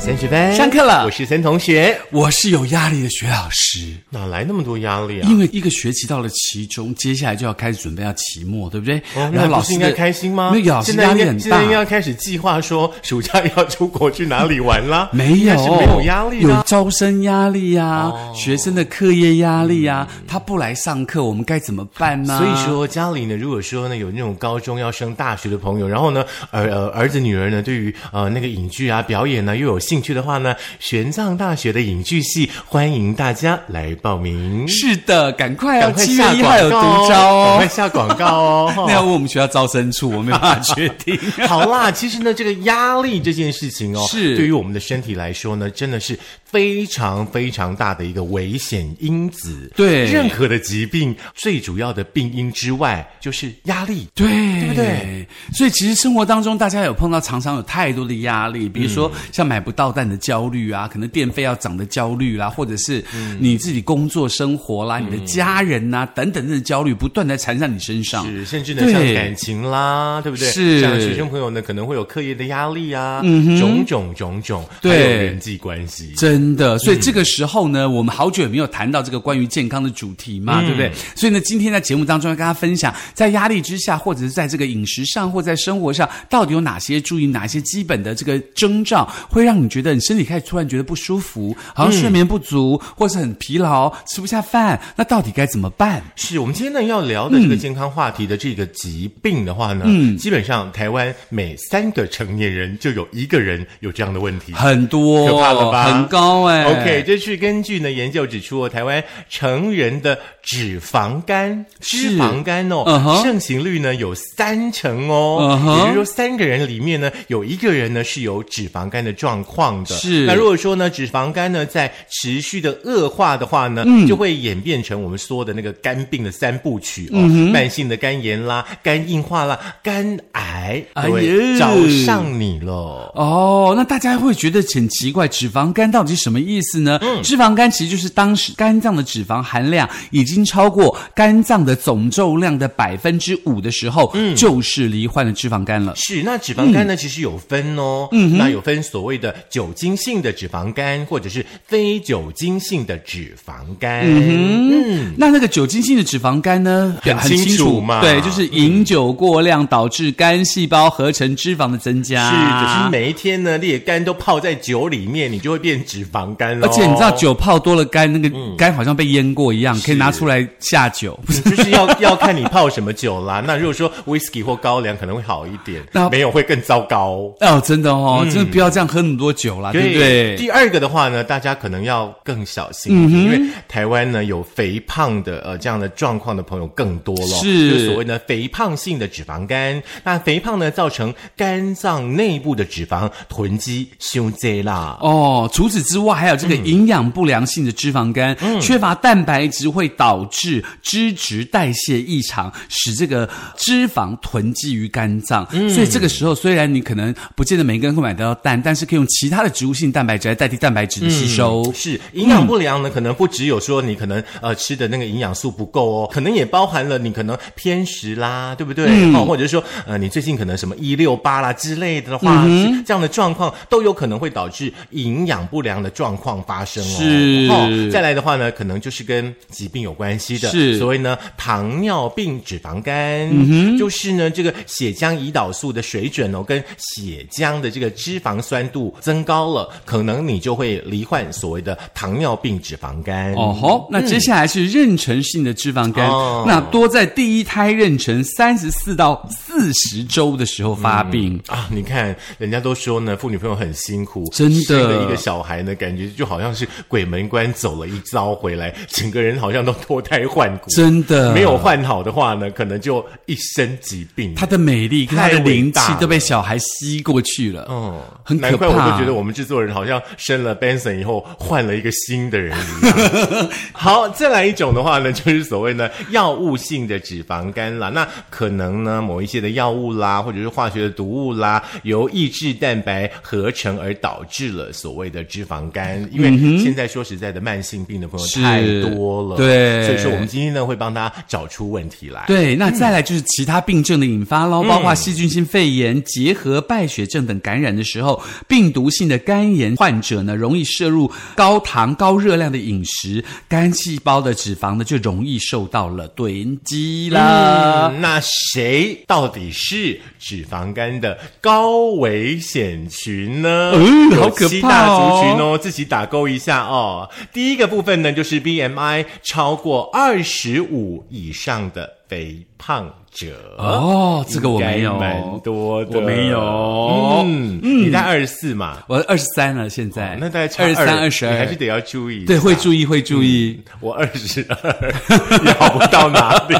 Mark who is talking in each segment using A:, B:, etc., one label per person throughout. A: 三十分，
B: 上课了
A: 我是森同学，
B: 我是有压力的学老师，
A: 哪来那么多压力啊
B: 因？为一个学期到了期中，接下来就要开始准备要期末，对不对？
A: 哦，
B: 然
A: 那
B: 后老
A: 老
B: 师
A: 师应该
B: 的
A: 开心吗？
B: 那个老师
A: 现在
B: 压力
A: 应该
B: 很
A: 现在
B: 大。
A: 应。该要开始计划说暑假要出国去哪里玩啦
B: 没
A: 应
B: 有
A: 该，是没有压力啊哦
B: 有
A: 啦。
B: 招生压力呀、学生的课业压力呀、他不来上课，我们该怎么办呢？
A: 嗯所以，说，家里呢，如果说呢有那种高中要升大学的朋友，然后呢，儿呃儿子女儿呢，对于呃那个影剧啊表演呢又有兴趣的话呢，玄奘大学的影剧系欢迎大家来报名。
B: 是的，赶快哦，
A: 赶快
B: 七月
A: 下
B: 一号有
A: 广告哦，
B: 独招
A: 赶
B: 哦
A: 快，下广告哦。
B: 那要问我们学校招生处，我没有办法确定。
A: 好啦，其实呢，这个压力这件事情哦，
B: 是
A: 对于我们的身体来说呢，真的是非常非常大的一个危险因子。
B: 对
A: 任何的疾病最主要的病因之外，就是压力。
B: 对，
A: 对不对？
B: 所以其实生活当中，大家有碰到常常有太多的压力，比如说
A: 嗯
B: 像买不到蛋的焦虑啊，可能电费要涨的焦虑啦、或者是
A: 嗯
B: 你自己工作生活啦、你的家人呐、等等的焦虑，不断的缠上你身上。
A: 是，甚至呢，
B: 对
A: 像感情啦，对不对？
B: 是
A: 像学生朋友呢，可能会有课业的压力啊，嗯、种种种种，
B: 对
A: 还有人际关系。
B: 真的，
A: 嗯
B: 所以这个时候呢，我们好久也没有谈到这个关于健康的主题
A: 嗯
B: 嘛，对不对？所以呢，今天在节目当中要跟大家分享，在压力之下，或者是在这个饮食上，或在生活上，到底有哪些注意，哪些基本的这个征兆，会让你觉得你身体开始突然觉得不舒服，好像睡眠不足，或是很疲劳，吃不下饭，那到底该怎么办？
A: 是我们今天呢要聊的这个
B: 嗯
A: 健康话题的这个疾病的话呢，基本上台湾每三个成年人就有一个人有这样的问题。
B: 很多，
A: 可怕了吧？
B: 很高哎、
A: OK，这是根据呢研究指出哦，台湾成人的脂肪肝、
B: 是
A: 脂肪肝哦
B: 嗯哼
A: 盛行率呢有三成哦
B: 嗯哼
A: 也就是说三个人里面呢有一个人呢是有脂肪肝的状况的。
B: 是
A: 那如果说呢脂肪肝呢在持续的恶化的话呢，
B: 嗯
A: 就会演变成我们说的那个肝病的三部曲哦，
B: 嗯
A: 慢性的肝炎啦、肝硬化啦、肝癌，
B: 哎
A: 对，
B: 呀
A: 找上你了。
B: 哦，那大家会觉得很奇怪，脂肪肝到底是什么意思呢？
A: 嗯
B: 脂肪肝其实就是当时肝脏的脂肪含量已经超过肝脏的总重量的百分之五的时候，就是罹患了脂肪肝了。
A: 嗯是，那脂肪肝
B: 嗯
A: 呢，其实有分哦。嗯那有分所谓的酒精性的脂肪肝，或者是非酒精性的脂肪肝。嗯
B: 那那个酒精性的脂肪肝呢，
A: 很
B: 很
A: 清楚嘛
B: 对，就是饮酒过量导致肝细胞合成脂肪的增加。
A: 是，只是每一天呢，你的肝都泡在酒里面，你就会变脂肪肝了。
B: 而且你知道，酒泡多了肝，那个肝好像被腌过一样，可以拿出来下酒。
A: 嗯就是要要看你泡什么酒啦。那如果说 whisky 或高粱可能会好一点
B: 那，
A: 没有会更糟糕。
B: 哦，真的哦，
A: 嗯
B: 真的不要这样喝那么多酒啦，对不对？嗯
A: 第二个的话呢，大家可能要更小心一点，因为台湾呢有肥胖的呃这样的状况的朋友更多了，
B: 是
A: 就是所谓呢肥胖性的脂肪肝。那肥胖呢造成肝脏内部的脂肪囤积修积啦。
B: 哦，除此之外，还有这个营养不良性的脂肪肝，缺乏蛋白质会导致脂质代谢异常，使这个脂肪囤积于肝脏。所以这个时候，虽然你可能不见得每个人会买得到蛋，但是可以用其他的植物性蛋白质来代替蛋白质的吸收。
A: 是营养不良呢，可能不只有说你可能呃吃的那个营养素不够哦，可能也包含了你可能偏食啦，对不对？哦，或者说呃你最近可能什么一六八啦之类的话，是这样的状况都有可能会导致营养不良的状况发生哦。
B: 是
A: 哦，再来的话呢，可能就是跟疾病有关系的，
B: 是嗯
A: 所谓呢糖尿病脂肪肝，就是呢这个血浆胰岛素的水准哦，跟血浆的这个脂肪酸度增高了，可能你就会罹患所谓的糖尿病脂肪肝。
B: 哦吼，那接下来是妊娠性的脂肪肝，
A: 嗯哦
B: 那多在第一胎妊娠三十四到四十周的时候发病。
A: 啊，你看，人家都说呢，妇女朋友很辛苦，
B: 真 的
A: 生了一个小孩呢，感觉就好像是鬼门关走了一遭回来，整个人好像都脱胎换骨，
B: 真的
A: 没有换好的话呢，可能就一身疾病。
B: 她的美丽跟她的
A: 太伟
B: 灵气
A: 大了
B: 都被小孩吸过去了。
A: 哦，
B: 很可怕
A: 难怪我都觉得我们制作人好像生了 Benson 以后换了一个新的人一 样。好，再来一种的话呢，就是所谓呢药物性的脂肪肝啦。那可能呢某一些的药物啦，或者是化学的毒物啦，由抑制蛋白合成而导致了所谓的脂肪防肝，
B: 嗯
A: 因为现在说实在的，慢性病的朋友太多了，
B: 是对
A: 所以说我们今天呢会帮大家找出问题来。
B: 对，那再来就是其他病症的引发
A: 嗯
B: 喽，包括细菌性肺炎、结核、败血症等感染的时候，病毒性的肝炎患者呢，容易摄入高糖高热量的饮食，肝细胞的脂肪呢就容易受到了囤积啦。
A: 嗯，那谁到底是脂肪肝的高危险群呢？
B: 嗯
A: 有
B: 好可
A: 七
B: 怕
A: 大族
B: 哦
A: 群哦，自己打勾一下哦。第一个部分呢，就是 BMI 超过二十五以上的肥胖者。
B: 哦，这个我没有
A: 应该蛮多的，
B: 我没有
A: 嗯，你在二十四嘛？
B: 我二十三了，现在、
A: 哦那大概
B: 哎二十三、二十
A: 你还
B: 二
A: 是，得嗯要注意一下。
B: 对，会注意，会注意。
A: 我二十二， 也好不到哪 里。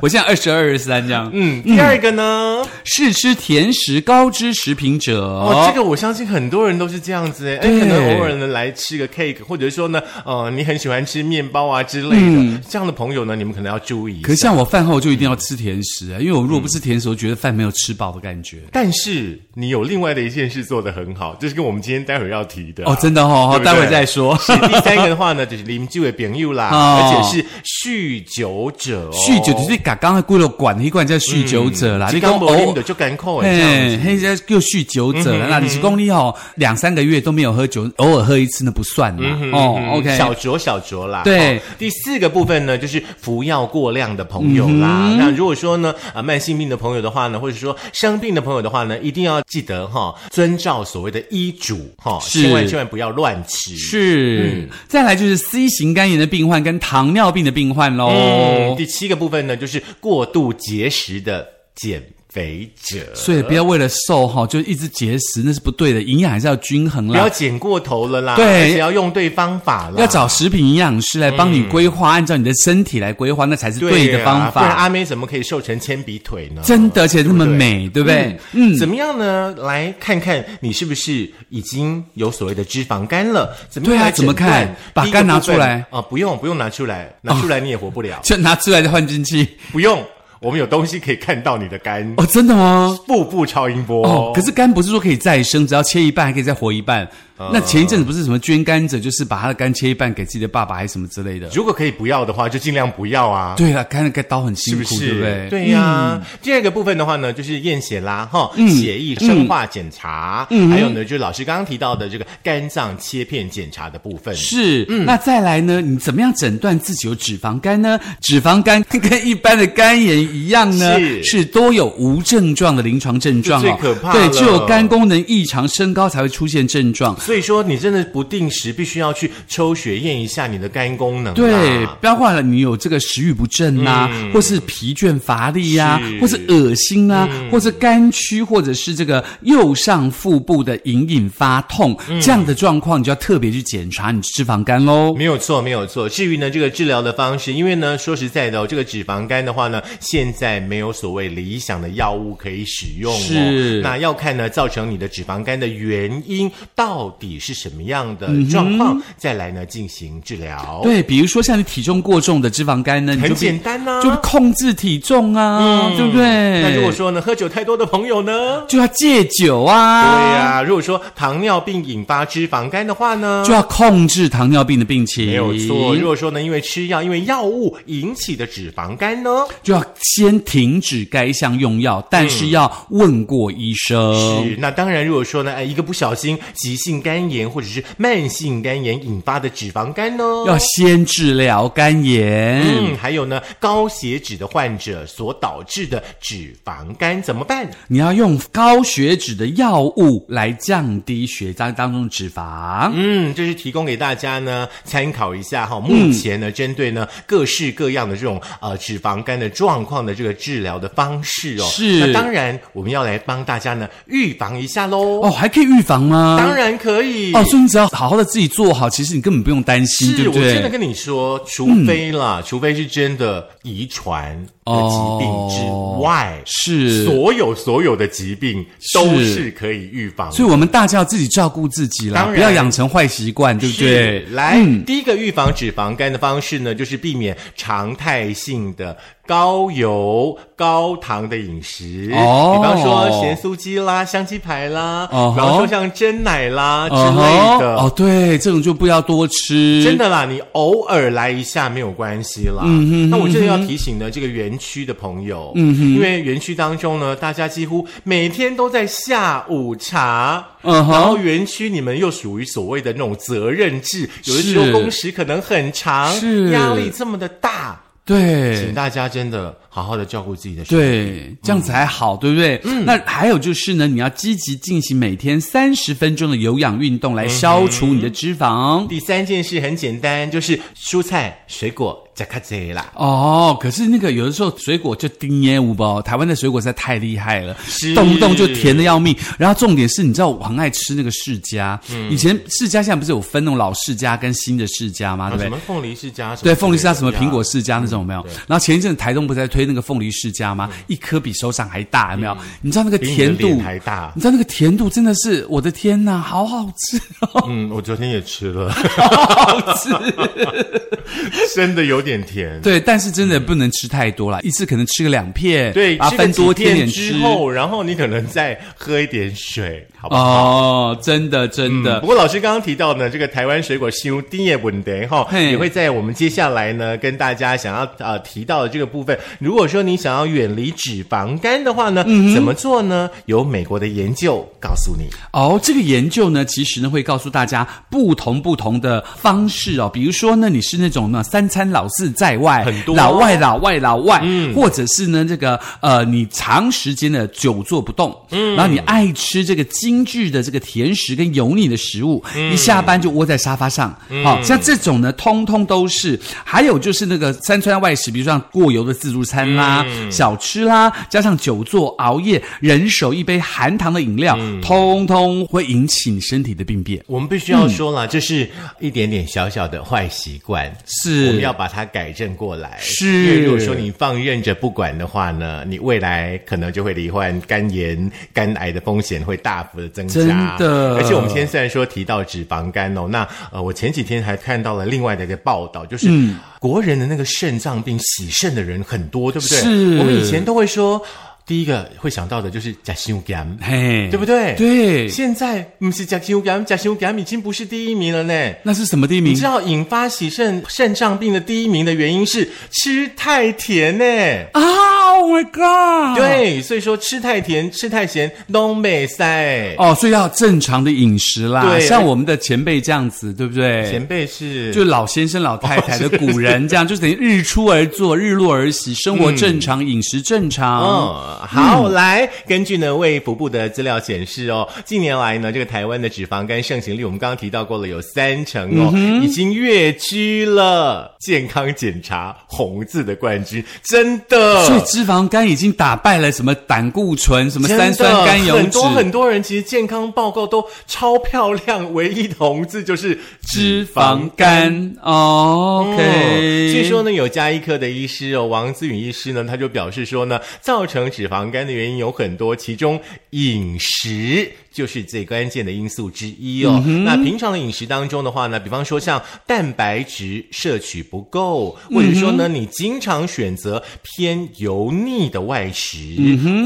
B: 我现在二十二、二十三这样。
A: 嗯，第二个呢？
B: 试吃甜食、高脂食品者，
A: 哦，这个我相信很多人都是这样子诶，哎，
B: 对
A: 可能偶尔呢来吃个 cake，或者说呢，呃，你很喜欢吃面包啊之类的，这样的朋友呢，你们可能要注意一
B: 嗯可是
A: 下。
B: 像我饭后就一定要吃甜食、啊，因为我如果不吃甜食，我觉得饭没有吃饱的感觉。
A: 但是你有另外的一件事做得很好，就是跟我们今天待会儿要提的啊、
B: 哦，真的哦，
A: 对不对
B: 待会再说。
A: 是第三个的话呢，就是邻居的朋友啦，
B: 哦
A: 而且是酗酒者、哦，嗯
B: 酗酒就是嘎刚的过了管一罐叫酗酒者啦，
A: 你
B: 讲
A: 刚
B: 偶
A: 某人的就干扣哎，这样
B: 哦嘿
A: 子，。嗯
B: 嘿，这叫酗酒者啦。那你是讲你哦，两三个月都没有喝酒，偶尔喝一次那不算啦。哦
A: 嗯
B: ，OK，
A: 小酌小酌啦。
B: 对
A: 哦第四个部分呢，就是服药过量的朋友啦。
B: 嗯
A: 那如果说呢，啊，慢性病的朋友的话呢，或者说生病的朋友的话呢，一定要记得哈、遵照所谓的医嘱哈、
B: 是
A: 千万千万不要乱吃。
B: 是。
A: 嗯
B: 再来就是 C 型肝炎的病患跟糖尿病的病患喽。
A: 嗯，第七个部分呢，就是过度节食的减肥者。
B: 所以不要为了瘦哈，就一直节食，那是不对的。营养还是要均衡
A: 不要
B: 啦，
A: 减过头了啦，
B: 对
A: 而且要用对方法啦，
B: 要找食品营养师来帮你规划，按照你的身体来规划，那才是对的
A: 呀
B: 方
A: 啊不然
B: 法。
A: 阿妹怎么可以瘦成铅笔腿呢？
B: 真的，而且那么美，对不对？
A: 嗯，怎么样呢？来看看你是不是已经有所谓的脂肪肝了？怎么样
B: 对啊
A: 来诊
B: 怎么看
A: 断
B: 把
A: 第一个
B: 肝拿
A: 部分
B: 出来哦
A: 啊？不用，不用拿出来，拿出来你也活不 了。
B: 就拿出来再换进去
A: 不用，我们有东西可以看到你的肝，
B: 哦，真的吗？
A: 腹部超音波。
B: 哦，可是肝不是说可以再生，只要切一半还可以再活一半。
A: 哦
B: 那前一阵子不是什么捐肝者，就是把他的肝切一半给自己的爸爸，还是什么之类的。
A: 如果可以不要的话，就尽量不要啊。
B: 对了，肝肝刀很
A: 是
B: 辛
A: 不
B: 苦，对不
A: 是
B: 对？？嗯
A: 呀、第二个部分的话呢，就是验血啦，哈，血液生化检查，
B: 嗯
A: 还有呢，就是老师刚刚提到的这个肝脏切片检查的部分。
B: 是，
A: 嗯
B: 那再来呢？你怎么样诊断自己有脂肪肝呢？脂肪肝 跟一般的肝炎一样呢，
A: 是
B: 多有无症状的临床症状、哦，
A: 这最可怕
B: 对，
A: 了
B: 只有肝功能异常升高才会出现症状。
A: 所以说，你真的不定时必须要去抽血验一下你的肝功能、啊。
B: 对，包括了你有这个食欲不振呐、或是疲倦乏力呀、
A: 嗯是嗯
B: 或是恶心啊，或是肝区或者是这个右上腹部的隐隐发痛、
A: 嗯
B: 这样的状况，你就要特别去检查你脂肪肝喽。
A: 没有错，没有错。至于呢，这个治疗的方式，因为呢，说实在的、哦，这个脂肪肝的话呢，现在没有所谓理想的药物可以使用、哦。
B: 是
A: 那要看呢，造成你的脂肪肝的原因到底是什么样的状况，再来呢进行治疗。，
B: 对，比如说像你体重过重的脂肪肝呢，你
A: 哦很
B: 就
A: 简单呐、
B: 就控制体重啊，对不对？
A: 那如果说呢，喝酒太多的朋友呢？
B: 就要戒酒
A: 对
B: 啊，
A: 呀、如果说糖尿病引发脂肪肝的话呢，
B: 就要控制糖尿病的病情，
A: 没有错。如果说呢，因为吃药，因为药物引起的脂肪肝呢，
B: 就要先停止该项用药，但是要问过医生。
A: 是那当然，如果说呢，哎，一个不小心急性肝炎或者是慢性肝炎引发的脂肪肝呢，
B: 要先治疗肝炎，
A: 嗯，还有呢，高血脂的患者所导致的脂肪肝怎么办？
B: 你要用高血脂的药物来降低血浆当中的脂肪。
A: 嗯，这是提供给大家呢参考一下
B: 嗯
A: 哈。目前呢，针对呢各式各样的这种呃脂肪肝的状况的这个治疗的方式哦，
B: 是
A: 那当然我们要来帮大家呢预防一下喽。
B: 哦，还可以预防吗？
A: 当然可以
B: 哦，所以你只要好好的自己做好，其实你根本不用担心，对
A: 是
B: 不
A: 我
B: 对？嗯
A: 真的跟你说，除非啦，除非是真的遗传的疾病之外，
B: 哦是，
A: 所有所有的疾病都是可以预防的。
B: 所以我们大家要自己照顾自己啦，
A: 当然
B: 不要养成坏习惯，对不对嗯
A: 是？来，第一个预防脂肪肝的方式呢，就是避免常态性的高油高糖的饮食，
B: 哦
A: 比方说咸酥鸡啦、香鸡排啦，
B: 哦吼
A: 比方说像蒸奶啦之
B: 哦
A: 类的。
B: 哦，对，这种就不要多吃，
A: 真的啦，你偶尔来一下没有关系啦。嗯、那我这里要提醒呢，这个园区的朋友，嗯、因为园区当中呢，大家几乎每天都在下午茶。
B: 嗯哼
A: 然后园区你们又属于所谓的那种责任制，有的时候
B: 是
A: 工时可能很长，
B: 是
A: 压力这么的大，请
B: 对。
A: 大嗯家真的好好的照顾自己的身体。
B: 对，这样子还好，对不对？嗯。那还有就是呢，你要积极进行每天三十分钟的有氧运动，来
A: 嗯
B: 消除你的脂肪。
A: 第三件事很简单，就是蔬菜、水果加卡贼啦。
B: 哦，可是那个有的时候水果就丁耶五包，台湾的水果实在太厉害了
A: 是，
B: 动不动就甜的要命。然后重点是，你知道我很爱吃那个释迦，
A: 嗯
B: 以前释迦现在不是有分那种老释迦跟新的释迦啊吗？对不
A: 啊什
B: 对
A: 么？嗯凤梨是加什么？啊
B: 对，凤梨世家什么苹果世家那种有没有？然后前一阵台东不是在推那个凤梨世家
A: 嗯
B: 吗？一颗比手掌还大，有没有？你知道那个
A: 比你的
B: 甜
A: 脸
B: 度
A: 还大
B: 你知道那个甜度真的是我的天呐，好好吃哦，
A: 嗯，我昨天也吃 了，
B: 好好 吃。
A: 真的有点甜。
B: 对，但是真的不能吃太多啦，一次可能吃个两片，
A: 对，
B: 啊，
A: 吃个
B: 分
A: 几
B: 多添
A: 片
B: 点
A: 之
B: 吃。
A: 后，然后你可能再喝一点水，好不好？嗯
B: 哦，真的真的
A: 不，过老师刚刚提到呢，这个台湾水果修丁也稳定哈，
B: 嘿
A: 也会在我们接下来呢跟大家想要呃提到的这个部分。如果说你想要远离脂肪肝的话呢，
B: 嗯
A: 怎么做呢？有美国的研究告诉你。
B: 哦，这个研究呢，其实呢会告诉大家不同不同的方式哦，比如说呢，你是那种呢三餐老四在外，
A: 很多啊
B: 老外
A: 哦
B: 老外老外，
A: 嗯
B: 或者是呢这个呃你长时间的久坐不动，嗯，然后你爱吃这个精致的这个甜食跟油腻的食物，
A: 嗯
B: 一下班就窝在沙发上，好、哦像这种呢，通通都是。还有就是那个三餐外食，比如说像过油的自助餐啦、
A: 嗯
B: 小吃啦，加上久坐熬夜，人手一杯含糖的饮料，
A: 嗯
B: 通通会引起你身体的病变。
A: 我们必须要说了，这是一点点小小的坏习惯，
B: 是
A: 我们要把它改正过来。
B: 是
A: 因为如果说你放任着不管的话呢，你未来可能就会罹患肝炎、肝癌的风险会大幅的增加。
B: 真的
A: 而且我们今天虽然说提到脂肪肝哦，那呃，我前几天还看到了另外的一个报道，就是
B: 嗯
A: 国人的那个肾脏病、洗肾的人很多，对不对？
B: 是
A: 我们以前都会说，第一个会想到的就是甲心肝。
B: 嘿，
A: 对不对？
B: 对
A: 现在不是甲型肝，甲型肝已经不是第一名了呢。
B: 那是什么地
A: 你
B: 名
A: 知？道引发洗肾肾脏病的第一名的原因是吃太甜呢、
B: 啊，Oh my God！。
A: 对，所以说吃太甜、吃太咸都没塞。
B: 哦，所以要正常的饮食啦，
A: 对
B: 像我们的前辈这样子，对不对？
A: 前辈是
B: 就老先生、老太太的古 人，这样就等于日出而作，日落而息，生活正常，饮食正常。
A: 嗯，好，来，根据呢卫福部的资料显示哦，近年来呢，这个台湾的脂肪肝盛行率，我们刚刚提到过了，有三成哦，
B: 嗯
A: 已经跃居了健康检查红字的冠军，真的。
B: 所以脂肪肝已经打败了什么胆固醇、什么
A: 真
B: 三
A: 的
B: 酸甘油
A: 很
B: 脂、
A: 多很多人其实健康报告都超漂亮，唯一的红字就是
B: 脂肪。肝。哦
A: 嗯
B: ，OK，
A: 据说呢，有加医科的医师哦，王思允医师呢，他就表示说呢，造成脂肪肝的原因有很多，其中饮食就是最关键的因素之一
B: 嗯
A: 哦。那平常的饮食当中的话呢，比方说像蛋白质摄取不够，或者说呢，你经常选择偏油腻的外食，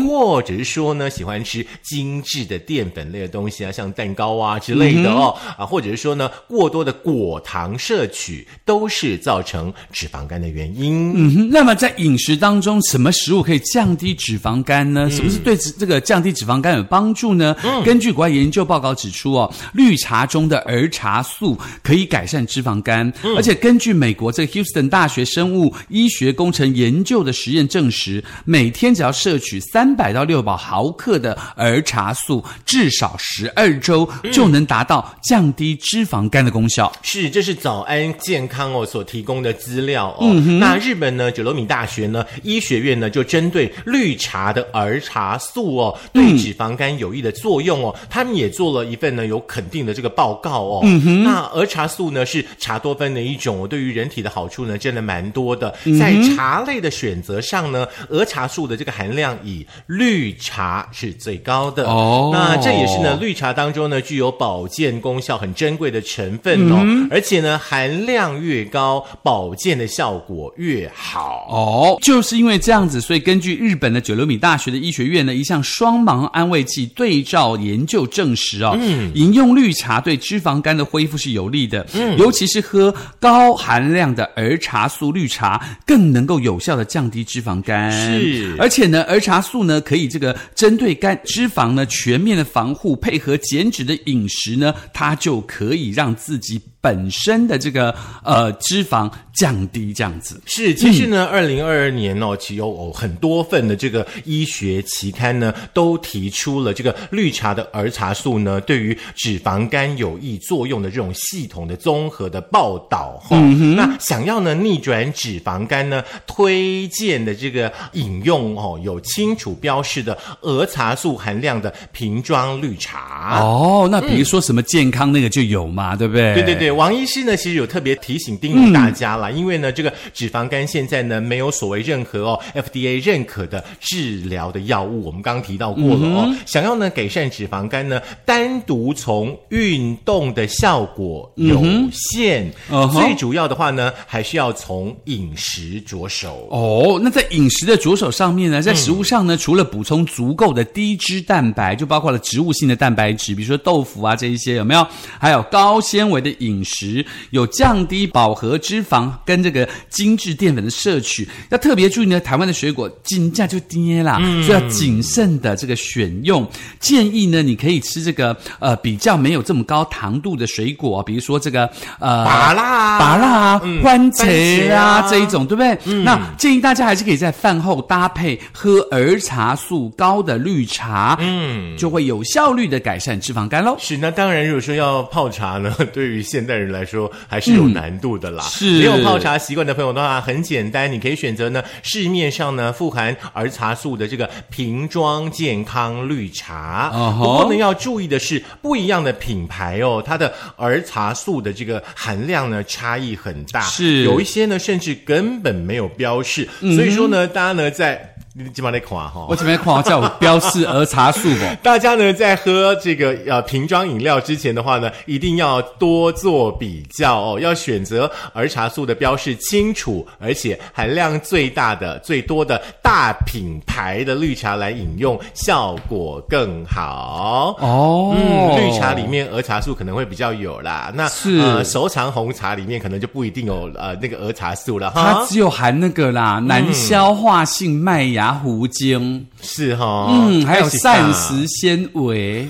A: 或者是说呢，喜欢吃精致的淀粉类的东西啊，像蛋糕啊之类的哦，啊，或者是说呢，过多的果糖摄取，都是造成脂肪肝的原因。
B: 嗯哼，那么在饮食当中，什么食物可以降低脂肪肝呢？什么是对脂这个降低脂肪肝有帮助呢？根据国外研究报告指出哦，绿茶中的儿茶素可以改善脂肪肝，而且根据美国这个 Houston 大学生物医学工程研究的实验证实，每天只要摄取三百到六百毫克的儿茶素，至少十二周就能达到降低脂肪肝的功效。
A: 是，这是早安健康哦所提供的资料哦。那日本呢，九罗米大学呢医学院呢就针对绿茶的儿茶素哦对脂肪肝有益的作用哦，他们也做了一份呢有肯定的这个报告哦。那儿茶素呢是茶多酚的一种哦，对于人体的好处呢真的蛮多的。在茶类的选择上呢，儿茶素的这个含量以绿茶是最高的
B: 哦
A: 那这也是呢，绿茶当中呢具有保健功效很珍贵的成分哦，而且呢含量越高，保健的效果越好。
B: 哦，就是因为这样子，所以根据日本的九流米大学的医学院呢一项双盲安慰剂对照研究证实哦，
A: 嗯
B: 饮用绿茶对脂肪肝的恢复是有利的，
A: 嗯
B: 尤其是喝高含量的儿茶素绿茶，更能够有效的降低脂肪肝。
A: 是
B: 而且呢，儿茶素呢可以这个针对肝脂肪呢全面的防护，配合减脂的饮食呢，它就可以让自己本身的这个呃脂肪降低，这样子。
A: 是，其实呢，二零二二年哦，其有哦很多份的这个医学期刊呢，都提出了这个绿茶的儿茶素呢，对于脂肪肝有益作用的这种系统的综合的报道哈、那想要呢逆转脂肪肝呢，推荐的这个饮用哦，有清楚标示的儿茶素含量的瓶装绿茶。
B: 哦，那比如说什么健康那个就有嘛，对不对？
A: 嗯对对对，王医师呢，其实有特别提醒叮咛大家啦，因为呢，这个脂肪肝现在呢没有所谓任何哦 FDA 认可的治疗的药物，我们刚刚提到过了哦。
B: 嗯
A: 想要呢改善脂肪肝呢，单独从运动的效果有限，
B: 嗯哼
A: 最主要的话呢，还是要从饮食着手。
B: 哦，那在饮食的着手上面呢，
A: 嗯
B: 在食物上呢，除了补充足够的低脂蛋白，就包括了植物性的蛋白质，比如说豆腐啊这一些，有没有？还有高纤维的饮食，有降低饱和脂肪跟这个精致淀粉的摄取。要特别注意呢，台湾的水果进价就跌啦，
A: 嗯
B: 所以要谨慎的这个选用。建议呢，你可以吃这个呃比较没有这么高糖度的水果，比如说这个呃
A: 芭乐啊
B: 芭乐啊、
A: 嗯
B: 番
A: 番
B: 茄啊
A: 茄啊
B: 这一种，对不对？那建议大家还是可以在饭后搭配喝儿茶素高的绿茶，嗯，就会有效率的改善脂肪肝喽。
A: 是，那当然，如果说要泡茶呢， 对于现代人来说还是有难度的啦。
B: 嗯是
A: 没有泡茶习惯的朋友的话，很简单，你可以选择呢市面上呢富含儿茶素的这个瓶装健康绿茶。
B: 哦吼
A: 不过呢，要注意的是，不一样的品牌哦，它的儿茶素的这个含量呢差异很大，
B: 是嗯
A: 有一些呢甚至根本没有标示，所以说呢，大家呢在你基本上在看哈、
B: 我前面狂叫我标示儿茶素哦。
A: 大家呢在喝这个呃瓶装饮料之前的话呢，一定要多做比较哦，要选择儿茶素的标示清楚，而且含量最大的、最多的大品牌的绿茶来饮用，效果更好。
B: 哦，
A: 嗯，绿茶里面儿茶素可能会比较有啦，那
B: 是
A: 呃熟尝红茶里面可能就不一定有呃那个儿茶素了哈。
B: 哦它只有含那个啦，
A: 嗯
B: 难消化性麦芽糊精，
A: 是哈、
B: 嗯，还有
A: 哦开始吧
B: 膳，食纤维。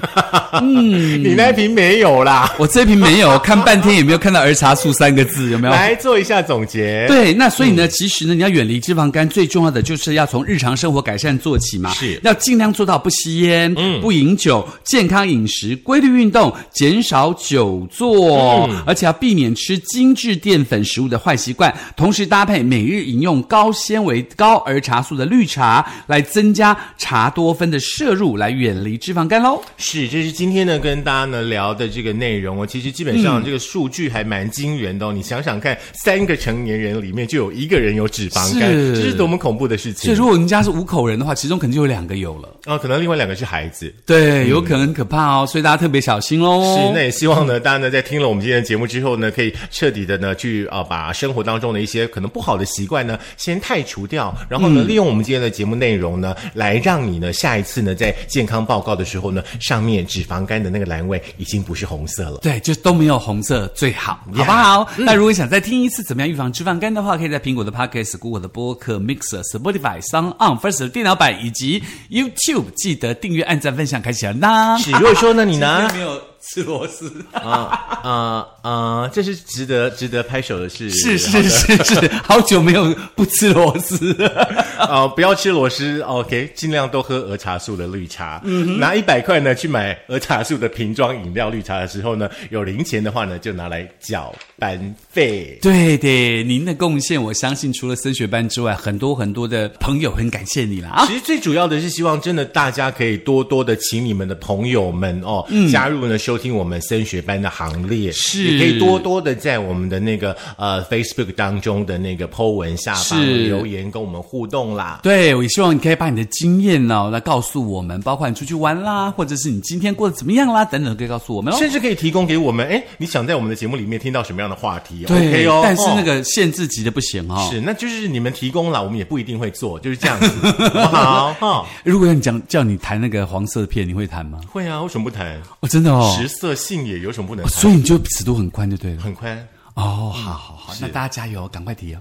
A: 你那瓶没有啦。
B: 我这瓶没有，看半天也没有看到儿茶素三个字，有没有？
A: 来做一下总结。
B: 对，那所以
A: 嗯
B: 呢，其实呢，你要远离脂肪肝，最重要的就是要从日常生活改善做起嘛。
A: 是嗯
B: 要尽量做到不吸烟、不饮酒、健康饮食、规律运动、减少久坐，
A: 嗯
B: 而且要避免吃精致淀粉食物的坏习惯，同时搭配每日饮用高纤维、高儿茶素的绿茶，来增加茶多酚的摄入，来远离脂肪肝喽。
A: 是，这是今天呢跟大家呢聊的这个内容哦。其实基本
B: 嗯
A: 上这个数据还蛮惊人的哦。你想想看，三个成年人里面就有一个人有脂肪肝，
B: 是
A: 这是多么恐怖的事
B: 所
A: 情
B: 以，如果您家是五口人的话，其中可能就有两个有了。
A: 啊、可能另外两个是孩子。
B: 对，有可能很可怕哦，所以大家特别小心哦。
A: 是，那也希望呢，大家呢在听了我们今天的节目之后呢，可以彻底的呢去啊、把生活当中的一些可能不好的习惯呢先汰除掉，然后
B: 嗯
A: 呢、利用我们今天的节目内容呢，来让你呢下一次呢在健康报告的时候呢，上面脂肪肝的那个栏位已经不是红色 了。
B: 对，就都没有红色最好，好不好？那如果想再听一次怎么样预防脂肪肝的话，可以在苹果的 Podcast、Google 的播客、Mixer、Spotify、s o n On、First 的电脑版以及 YouTube，记得订阅、按赞、分享、开启铃铛。
A: 是，如果说呢你拿
B: 今天没有吃螺丝，
A: 啊啊啊！这是值得值得拍手的事，
B: 是是是是，好久没有不吃螺丝 了。
A: 啊、不要吃螺丝，OK，尽量多喝儿茶素的绿茶。嗯，拿一百块呢去买儿茶素的瓶装饮料绿茶的时候呢，有零钱的话呢，就拿来缴班费。
B: 对的，您的贡献，我相信除了升学班之外，很多很多的朋友很感谢你啦啊！
A: 其实最主要的是希望真的大家可以多多的请你们的朋友们哦，加入呢收听我们升学班的行列，
B: 嗯是
A: 也可以多多的在我们的那个呃 Facebook 当中的那个 po 文下方
B: 是
A: 留言跟我们互动啦。
B: 对，我也希望你可以把你的经验呢、哦、来告诉我们，包括你出去玩啦，或者是你今天过得怎么样啦，等等，可以告诉我们哦。
A: 甚至可以提供给我们，哎，你想在我们的节目里面听到什么样的话题
B: 对
A: ？OK 哦，
B: 但是那
A: 哦
B: 个限制级的不行哦。
A: 是，那就是你们提供了，我们也不一定会做，就是这样子，
B: 哦
A: 好不好？哈、
B: 如果要你讲叫你弹那个黄色片，你会弹吗？
A: 会啊，为什么不谈？
B: 哦，真的哦，
A: 食色性也，有什么不能谈？
B: 所以你就尺度很宽就对了。
A: 很宽。
B: 哦，好好好，那大家加油，赶快提哦。